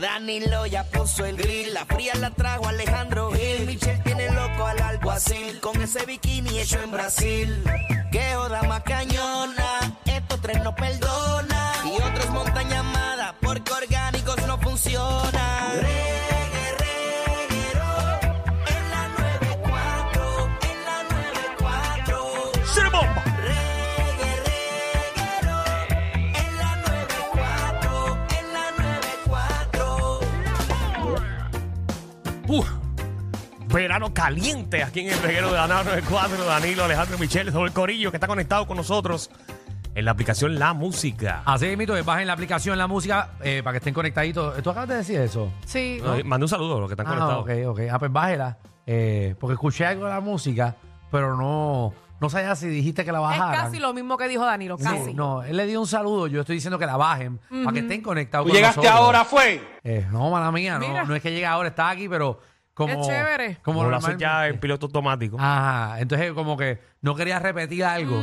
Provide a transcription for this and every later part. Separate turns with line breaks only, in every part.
Danilo ya puso el grill. La fría la trajo Alejandro Gil. Michelle tiene loco al alguacil. Con ese bikini hecho en Brasil. Que joda más cañona. Estos tres no perdona. Y otros montaña amada. Porque orgánicos no funcionan. Reggae, reguero, en la 94, en la 94.
¡Cirebomba!
Reggae, reguero, en la 94, en la 94.
Uf, verano caliente aquí en el reguero de la 94, Danilo Alejandro Michel, todo el corillo que está conectado con nosotros en la aplicación La Música.
Así es, mito, bajen la aplicación, la música, eh, para que estén conectaditos. ¿Tú acabas de decir eso?
Sí.
Eh, Mandé un saludo a los que están
Ah,
conectados.
ok, ok. Ah, pues bájela. eh, porque escuché algo de la música, pero no, no sabía si dijiste que la
Es
bajaran.
casi lo mismo que dijo Danilo,
No,
casi.
No, él le dio un saludo, yo estoy diciendo que la bajen, para que estén conectados
Tú
con
llegaste
nosotros.
ahora, fue.
Eh, no, mala mía, no,
Mira.
no es que llegue ahora, está aquí, pero como...
Qué chévere.
Como
Como lo hace ya eh.
normalmente- Ah.
en piloto automático.
Ajá, entonces como que no quería repetir algo.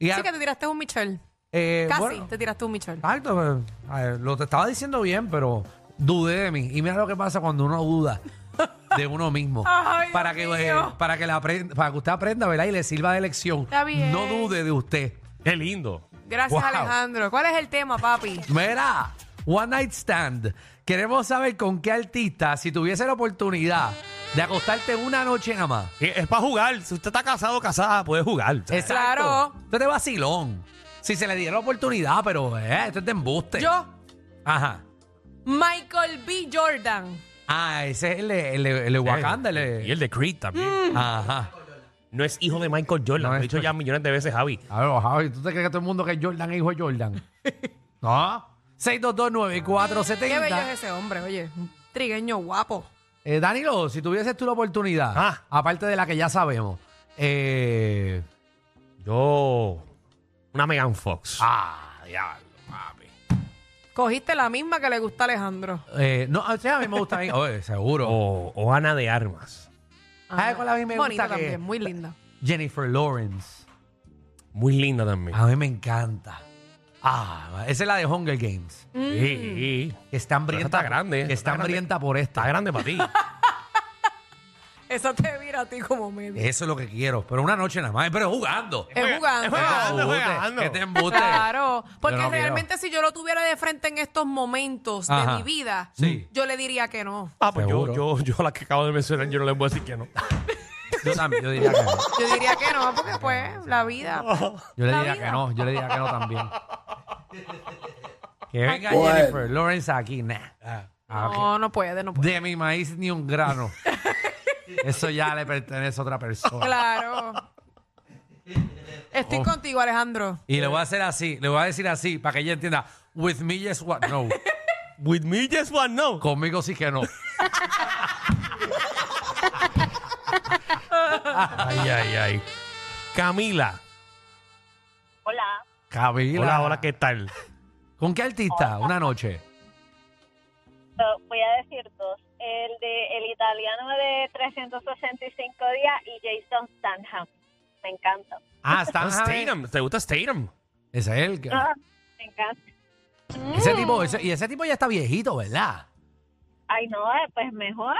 Y
Así
a-
que te tiraste un Michelle.
eh,
Casi
bueno, Ah,
te tiraste un Michelle.
Exacto, pero, a ver, lo te estaba diciendo bien, pero dudé de mí. Y mira lo que pasa cuando uno duda de uno mismo.
Ay,
para, que,
Dios
eh,
mío.
para que la aprenda- para que usted aprenda, ¿verdad? Y le sirva de lección.
Está bien.
No dude de usted.
Qué lindo.
Gracias,
Wow.
Alejandro. ¿Cuál es el tema, papi?
Mira, One Night Stand. Queremos saber con qué artista, si tuviese la oportunidad de acostarte una noche nada más.
Eh, Es para jugar. Si usted está casado o casada, puede jugar. ¿sabes?
Exacto.
Claro.
Esto es de vacilón. Si se le diera la oportunidad, pero eh, esto es de embuste.
Yo,
Ajá.
Michael B. Jordan.
Ah, ese es el de, el de- el de Wakanda. el de-
Y el de Creed también.
Ajá.
No es hijo de Michael Jordan.
No
lo he
es-
dicho ya millones de veces, Javi.
A ver, Javi, ¿tú te crees que todo el mundo que es Jordan es hijo de Jordan? no. 6229470.
Qué bello es ese hombre, oye. Un trigueño guapo.
Eh, Danilo, si tuvieses tú la oportunidad,
Ah.
aparte de la que ya sabemos, eh,
Yo. Una Megan Fox.
ah, diablo, papi.
Cogiste la misma que le gusta a Alejandro.
Eh, no, o sea, a mí me gusta bien, oye, seguro.
O, o Ana de Armas.
¿Sabes cuál a mí me
Ah, Bonita
gusta que-
también, muy linda.
Jennifer Lawrence.
Muy linda también.
A mí me encanta. Ah, esa es la de Hunger Games.
Sí, sí.
Que está
Pero esa
hambrienta.
está grande, esa
Que
está
está
grande.
hambrienta por esta.
Está grande para ti.
Eso te mira a ti como medio.
Eso es lo que quiero. Pero una noche nada más. Pero jugando.
Es jugando.
es jugando.
Este embuste,
jugando.
este embuste.
Claro, porque
Yo no quiero.
realmente si yo lo tuviera de frente en estos momentos
Ajá.
de mi vida,
Sí.
yo le diría que no.
Ah, pues yo,
Seguro.
yo, yo la que acabo de mencionar, yo no les voy a decir que no.
Yo también, yo diría que no.
Yo diría que no, porque pues la vida.
Yo le
La
diría
vida.
que no, yo le diría que no también. que venga Jennifer Lawrence aquí, nah. Ah, ok.
No, no puede, no puede.
De mi maíz ni un grano. Eso ya le pertenece a otra persona.
Claro. Estoy
Oh.
contigo, Alejandro.
Y le voy a hacer así, le voy a decir así, para que ella entienda. With me, yes, what? No.
With me, just one no.
Conmigo sí que no.
Ay, ay, ay. Camila.
Hola,
Camila.
Hola, hola, ¿qué tal?
¿Con qué artista? Una noche.
eh, voy a decir dos. El de el italiano de 365 días y Jason Stanham. Me encanta.
Ah,
Ah,
Stan Javier.
Statham. ¿Te gusta Statham?
Ese es el que-
Ah, Me encanta.
Ese tipo, ese- y ese tipo ya está viejito, ¿verdad?
Ay, no, eh, pues mejor.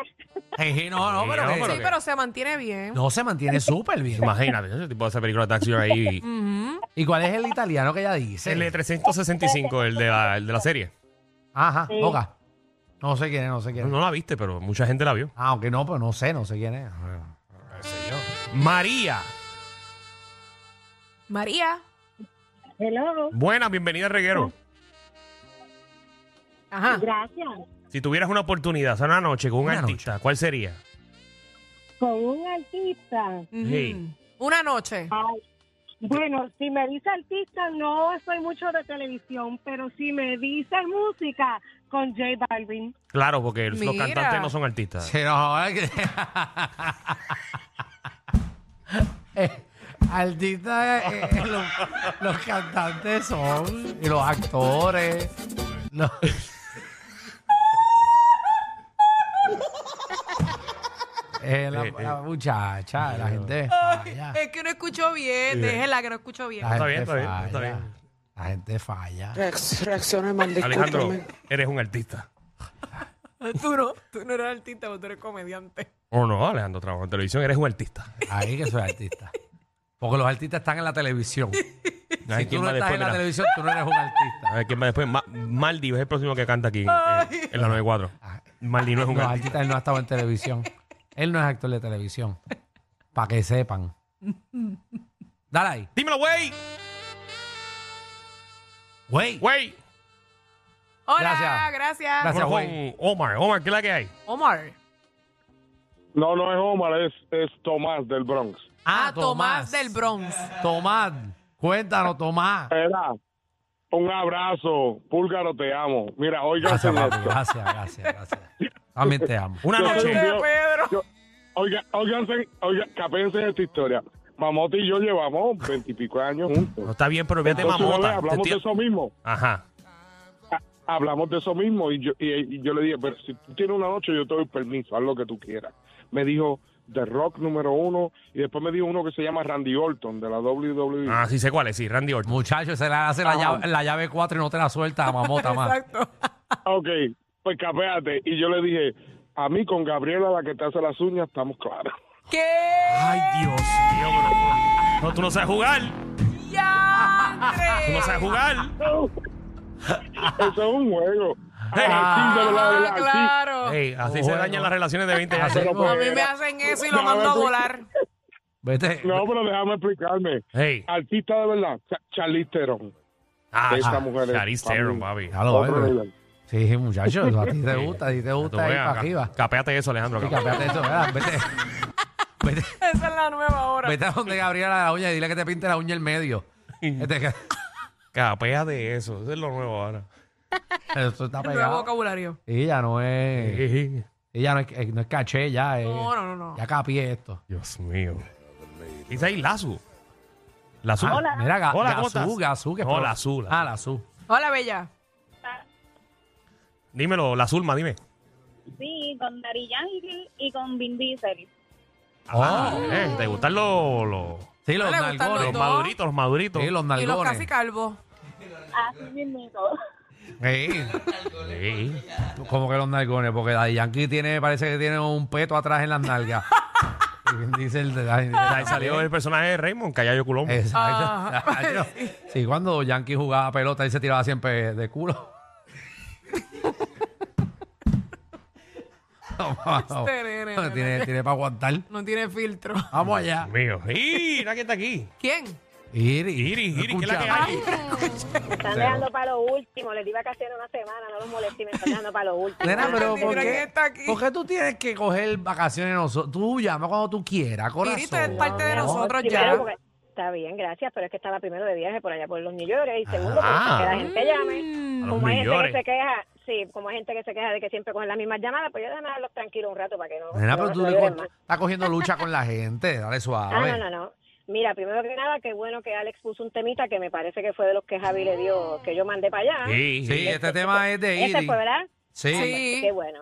Sí, no, no, pero,
Sí,
que-
¿Pero
Sí,
qué?
pero se mantiene bien.
no se mantiene súper bien.
Imagínate, ese tipo hace películas de acción ahí.
Ujú.
¿Y cuál es el italiano que ella dice?
El de 365, el de la, el de la serie.
Ajá,
Sí.
Oga. No sé quién es, no sé quién es.
No la viste, pero mucha gente la vio.
Ah, aunque no, pues no sé, no sé quién es.
María.
María.
Hello.
Buena, bienvenida al reguero.
Ajá.
Gracias.
Si tuvieras una oportunidad, o sea, una noche con un
Una
artista, ¿cuál sería?
Con un artista.
Ujú.
Sí.
Una noche.
Ay, Bueno, si me dice artista, no soy mucho de televisión, pero si me dice música, con J Balvin.
Claro, porque los
Mira.
cantantes no son artistas.
Sí, no, es que- Eh, Artistas, eh, eh, los, los cantantes son, y los actores. los- Eh, la, la muchacha, la gente falla.
Es que no escucho bien, déjela que no escucho bien.
La
Está
gente
bien, está bien,
falla.
está bien.
La gente falla.
Reacciones mal,
Alejandro,
discúlpame.
eres un artista.
Tú no, tú no eres artista, tú eres comediante.
O no, Alejandro, trabajo en televisión, eres un artista.
Ahí que soy artista. Porque los artistas están en la televisión.
A
Si
ver
tú
quién
no
va
estás
después.
en la
mira.
televisión, tú no eres un
A
artista.
ver quién va después. Ma- Maldi es el próximo que canta aquí en, en- en la 94. Maldi no es un
Los
artista.
artistas él no ha estado en televisión. Él no es actor de televisión. Para que sepan. Dale ahí.
Dímelo, güey.
Güey.
Güey.
Hola,
Gracias.
gracias.
Gracias.
Vámonos con Omar. Omar, ¿qué es la que hay?
Omar.
No, no es Omar, es, es Tomás del Bronx.
Ah, Tomás del Bronx.
Tomás. Cuéntanos, Tomás.
Era, un abrazo, Púlgaro, te amo. Mira, oigan
Gracias, papi.
esto.
Gracias, gracias, gracias. También te amo.
Una
Yo soy
noche.
un viejo-
Pedro.
yo- Oiga, óiganse, oiga, capense esta historia. Mamota y yo llevamos veintipico años
No
juntos.
está bien, pero vete
Entonces, una vez
mamota. Te
hablamos de
estoy-
eso mismo.
Ajá.
Ha- Hablamos de eso mismo y yo, y- y yo le dije, pero si tú tienes una noche, yo te doy permiso, haz lo que tú quieras. Me dijo The Rock número uno y después me dijo uno que se llama Randy Orton de la E. WWE.
Ah, sí sé cuál es, sí, Randy Orton.
Muchacho, se le hace la llave, la llave 4 y no te la suelta, mamota, más.
Exacto.
Ok, pues capéate. Y yo le dije, a mí con Gabriela, la que te hace las uñas, estamos claros.
¿Qué?
Ay, Dios mío, pero- No, tú no sabes jugar. Tú no
¡Ya!
sabes jugar.
Eso es un juego.
Hey.
Así, de verdad, de
Ah,
verdad, así.
claro.
Ey, así se
Bueno.
dañan las relaciones de 20 años.
Pero, pues,
A mí me
era-
hacen eso y lo mando a volar.
Vete.
No, pero déjame explicarme.
Hey.
Artista de verdad, Cha- Charlize Theron.
Ah,
Esta mujer es
Charlize Theron, papi.
Ya lo
Otro
ves,
nivel.
Sí, muchacho, a ti te gusta, a ti te
Tú
gusta ir
veas,
para
ca-
arriba.
Capéate eso, Alejandro.
Sí,
capéate.
cambiate eso, ¿verdad? Vete, vete,
Esa es la nueva hora.
vete a donde Gabriela la uña y dile que te pinte la uña en medio. Este-
Capéate eso. Eso es lo nuevo ahora.
Eso está
Nuevo
pegado.
vocabulario.
Y ya no es, ella no es, eh, no es caché, ya es,
No, no, no, no.
ya capié esto.
Dios mío. Dice ahí Lazo. Lazo.
Ah, Mira, ga,
Hola, ¿cómo
Gazú,
estás?
Gazú, que es
No,
pro-
Lazú, Lazú.
Ah, Lazú.
Hola, Bella.
Dímelo, la Zulma, dime.
Sí, con Dari Yankee y con Vin Diesel.
Ah,
Oh.
eh, ¿Te gustan los, los,
Sí, los
¿No le
los
gustan los
nalgones.
dos?
maduritos? Los maduritos.
Sí, los
Y los
nalgones.
casi calvos.
Así mismito.
Sí,
Sí.
como que los nalgones, porque Daddy Yankee tiene, parece que tiene un peto atrás en las nalgas. Y dice el de Daddy-
Ahí salió el personaje de Raymond, Callayo Colombo.
Exacto.
Ajá.
Exacto. Sí, cuando Yankee jugaba pelota, él se tiraba siempre de culo. No, no,
Este nene,
no,
nene.
tiene, tiene para aguantar.
No tiene filtro.
Vamos allá.
Mío. Mira que está aquí.
¿Quién?
Iris.
Iris,
¿no
Iris, ¿qué es la que
escuchaba?
hay?
Están dejando para lo último. Les di vacaciones una semana, no los molesté, me están dejando para lo último.
Nena, pero
Mira
¿por
quién
qué,
está aquí.
por qué tú tienes que coger vacaciones nosotros? Tú llama cuando tú quieras, corazón.
Iris, tú eres parte de
No.
nosotros ya.
Primero, porque- Está bien, gracias, pero es que estaba primero de viaje por allá por los New York y segundo
Ah.
porque que la gente
A
Mm.
llame.
los
Como hay
este
New
gente
York.
que se queja, sí, como hay gente que se queja de que siempre cogen las mismas llamadas, pues yo déjame dejarlos tranquilos un rato para que no.
Nena,
no-
pero tú
no lloren más.
estás cogiendo lucha con la gente. Dale suave.
Ah, no, no, no. Mira, primero que nada, qué bueno que Alex puso un temita que me parece que fue de los que Javi le dio, que yo mandé para allá.
Sí,
Sí,
sí.
este tema es de Iris.
Ese fue, ¿verdad?
Sí.
Sí.
Qué bueno.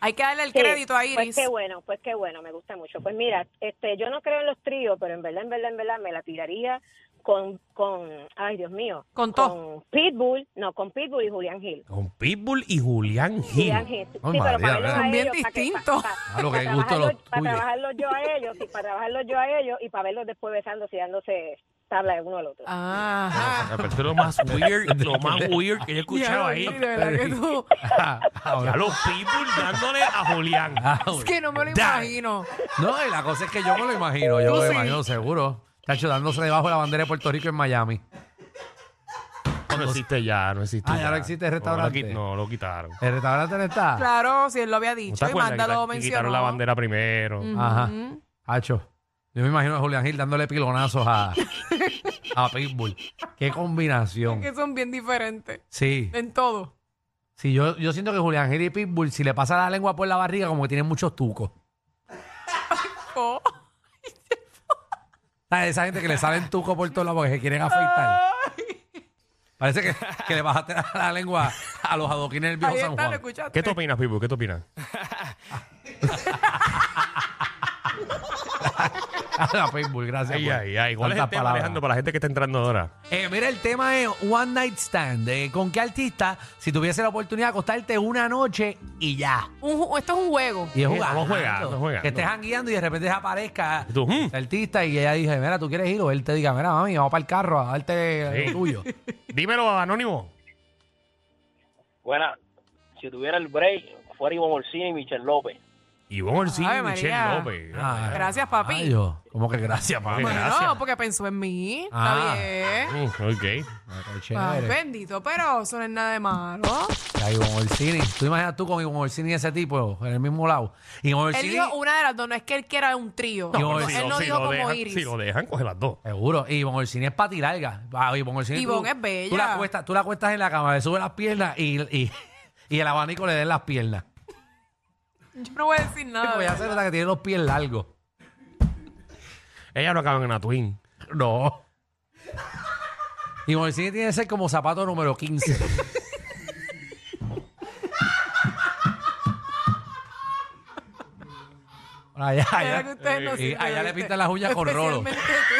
Hay que darle el
Sí,
crédito a Iris.
Pues qué bueno, pues qué bueno, me gusta mucho. Pues mira, este, yo no creo en los tríos, pero en verdad, en verdad, en verdad me la tiraría con, con, ay Dios mío,
Con todo.
con Pitbull, no, con Pitbull y Julián Gil.
Con Pitbull y Julián Gil.
Julián
Ay,
Gil. pero
María,
verlos
¿verdad?
a
Son bien
ellos, para que-
distintos.
para-
Ah, lo que
para
hay gusto
trabajarlos-
los
Para
tuyos.
trabajarlos yo a ellos y para trabajarlos yo a ellos y para verlos después besándose y dándose tabla de uno al otro.
Ah.
Ah, pero esto es lo más weird, lo más weird que yo he escuchado ahí.
Iris, de verdad que tú.
A
Ahora-
los Pitbull dándole a Julián.
Ah,
Es que no me lo
Dale.
imagino.
No, y la cosa es que yo me lo imagino, yo me lo imagino seguro. Chacho, dándose debajo de la bandera de Puerto Rico en Miami.
No existe ya, no existe.
Ah, ya no existe el
No, lo
restaurante.
qui- No, lo quitaron.
¿El restaurante no está?
Claro, si él lo había
¿No
dicho.
te
Y
acuerdas
Manda
que
lo
qui-
mencionó. Mm.
quitaron la bandera primero?
Ajá. Hacho. Yo me imagino a Julián Gil dándole pilonazos a, a Pitbull. Qué combinación.
Que son bien diferentes.
Sí.
En todo.
Sí, yo, yo siento que Julián Gil y Pitbull, si le pasa la lengua por la barriga, como que tienen muchos tucos.
Oh.
Ah, Esa gente que le salen tucos por todos lados porque se quieren afeitar. Parece que, que le bajaste la, la lengua a los adoquines del viejo
Ahí
San
está, lo
Juan.
escuchaste.
¿Qué te opinas, Pitbull? ¿Qué te opinas?
Ah, Pitbull, gracias.
Ay,
por
ay, ay. ¿Cuál es el
tantas
tema,
palabras.
Alejandro, para la gente que está entrando ahora?
Eh, mira, el tema es One Night Stand. Eh, ¿Con qué artista, si tuviese la oportunidad de acostarte una noche y ya?
Un ju- esto es un juego.
Y es
Sí,
jugando.
estamos jugando, jugando.
Que estés jangueando y de repente aparezca
Y tú, hmm.
el artista y ella dice, mira, ¿tú quieres ir? O él te diga, mira, mami, vamos para el carro a darte
Sí.
lo tuyo.
Dímelo, Anónimo.
Buena, si tuviera el break, fuera Ivo Morcini y Michel López.
Ivonne Orsini y
Ay,
Michelle
María.
López.
Ah,
Gracias, papi.
ay, Dios. ¿Cómo que gracias, papi?
Bueno,
No,
gracias.
porque pensó en mí.
Ah.
Está bien.
Mm, ok.
Ah, qué
Ay,
chévere.
bendito, pero eso no es nada de malo.
Ya, Ivonne Orsini. Tú imaginas tú con Ivonne Orsini y ese tipo en el mismo lado. Ivonne
Él
Orsini,
dijo una de las dos, no es que él quiera un trío.
No,
él
si
no
Ah, si
dijo como
dejan,
Iris.
Si lo dejan, coge las dos.
seguro. Y Ivonne Orsini es patilarga. Ah, Ivonne Orsini, tú-
Ivonne es bella.
Tú la, cuestas, tú la cuestas en la cama, le subes las piernas y, y, y el abanico le den las piernas.
Yo no voy a decir nada.
Porque ya se nota que tiene los pies largos.
Ellas no acaban en la twin.
No. Y Morcini tiene que ser como zapato número 15. allá,
Era que
allá.
ustedes no
Y
sirven,
allá le
¿viste?
pintan las uñas con rolo.
Especialmente tú.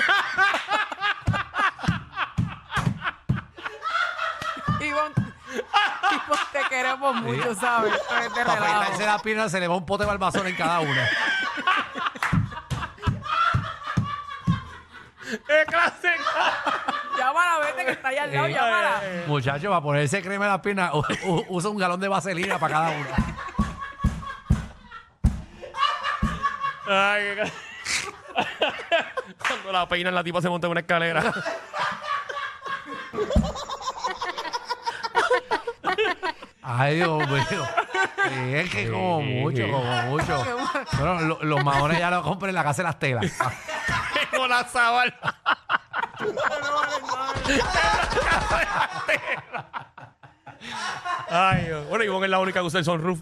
Ivonne, Ivonne, te queremos mucho, ¿sabes? Pero este
Para
relajo.
peitarse las piernas se le va un pote de barbazón en cada una.
¡Qué clásica!
Llámala, vete que está allá al lado,
Eh,
llámala.
Muchachos, para ponerse crema en las piernas, u- u- usa un galón de vaselina para cada una.
Ay, qué cla- Cuando la peinan, la tipa se monta en una escalera.
Ay, Dios mío. Sí, es que como mucho, como mucho. Bueno, lo- los maones ya lo compran en la casa de las telas.
Tengo la sábana. Ay, Dios. bueno, Ivonne es la única que usa el sunroof.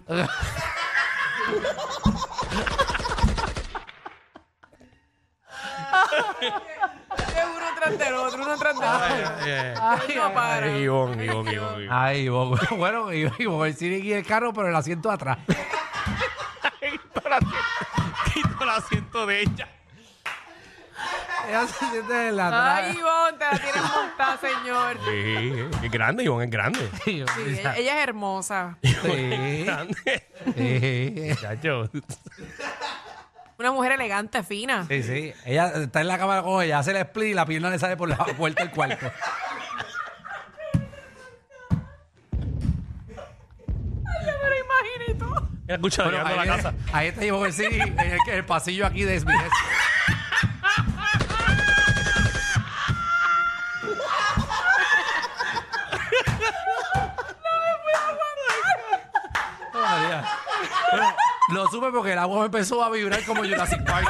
Es uno tras del otro, uno tras del otro. Él no para.
Ay, Ivonne, Ivonne, Ivonne. Ivonne.
Ah.
Ay, Ivo, bueno, Ivo, Ivo, el cine y el carro, pero el asiento atrás.
Quito el asiento- Quito el asiento de ella.
Ella se siente en la
Ay,
atrás.
Ivonne, te la tienes montada, señor.
Sí, es grande, Ivonne, es grande.
Sí,
Sí, ella, ella es hermosa.
sí,
Grande.
sí,
Chacho.
Una mujer elegante, fina.
sí, sí. Ella está en la cámara con ella, hace el split y la pierna le sale por la puerta del cuarto.
Pero imagínate tú.
Escucha,
Bueno,
llegando a
ahí,
la
viene-
casa.
ahí está Ivo el cine en el, en el pasillo aquí de SBS. Todavía. Bueno, Lo supe porque el agua me empezó a vibrar como Jurassic Park.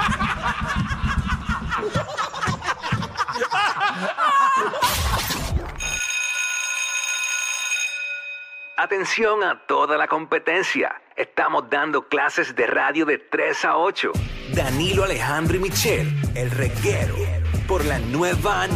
Atención a toda la competencia. Estamos dando clases de radio de 3 a 8. Danilo Alejandro y Michel, el reguero, por la nueva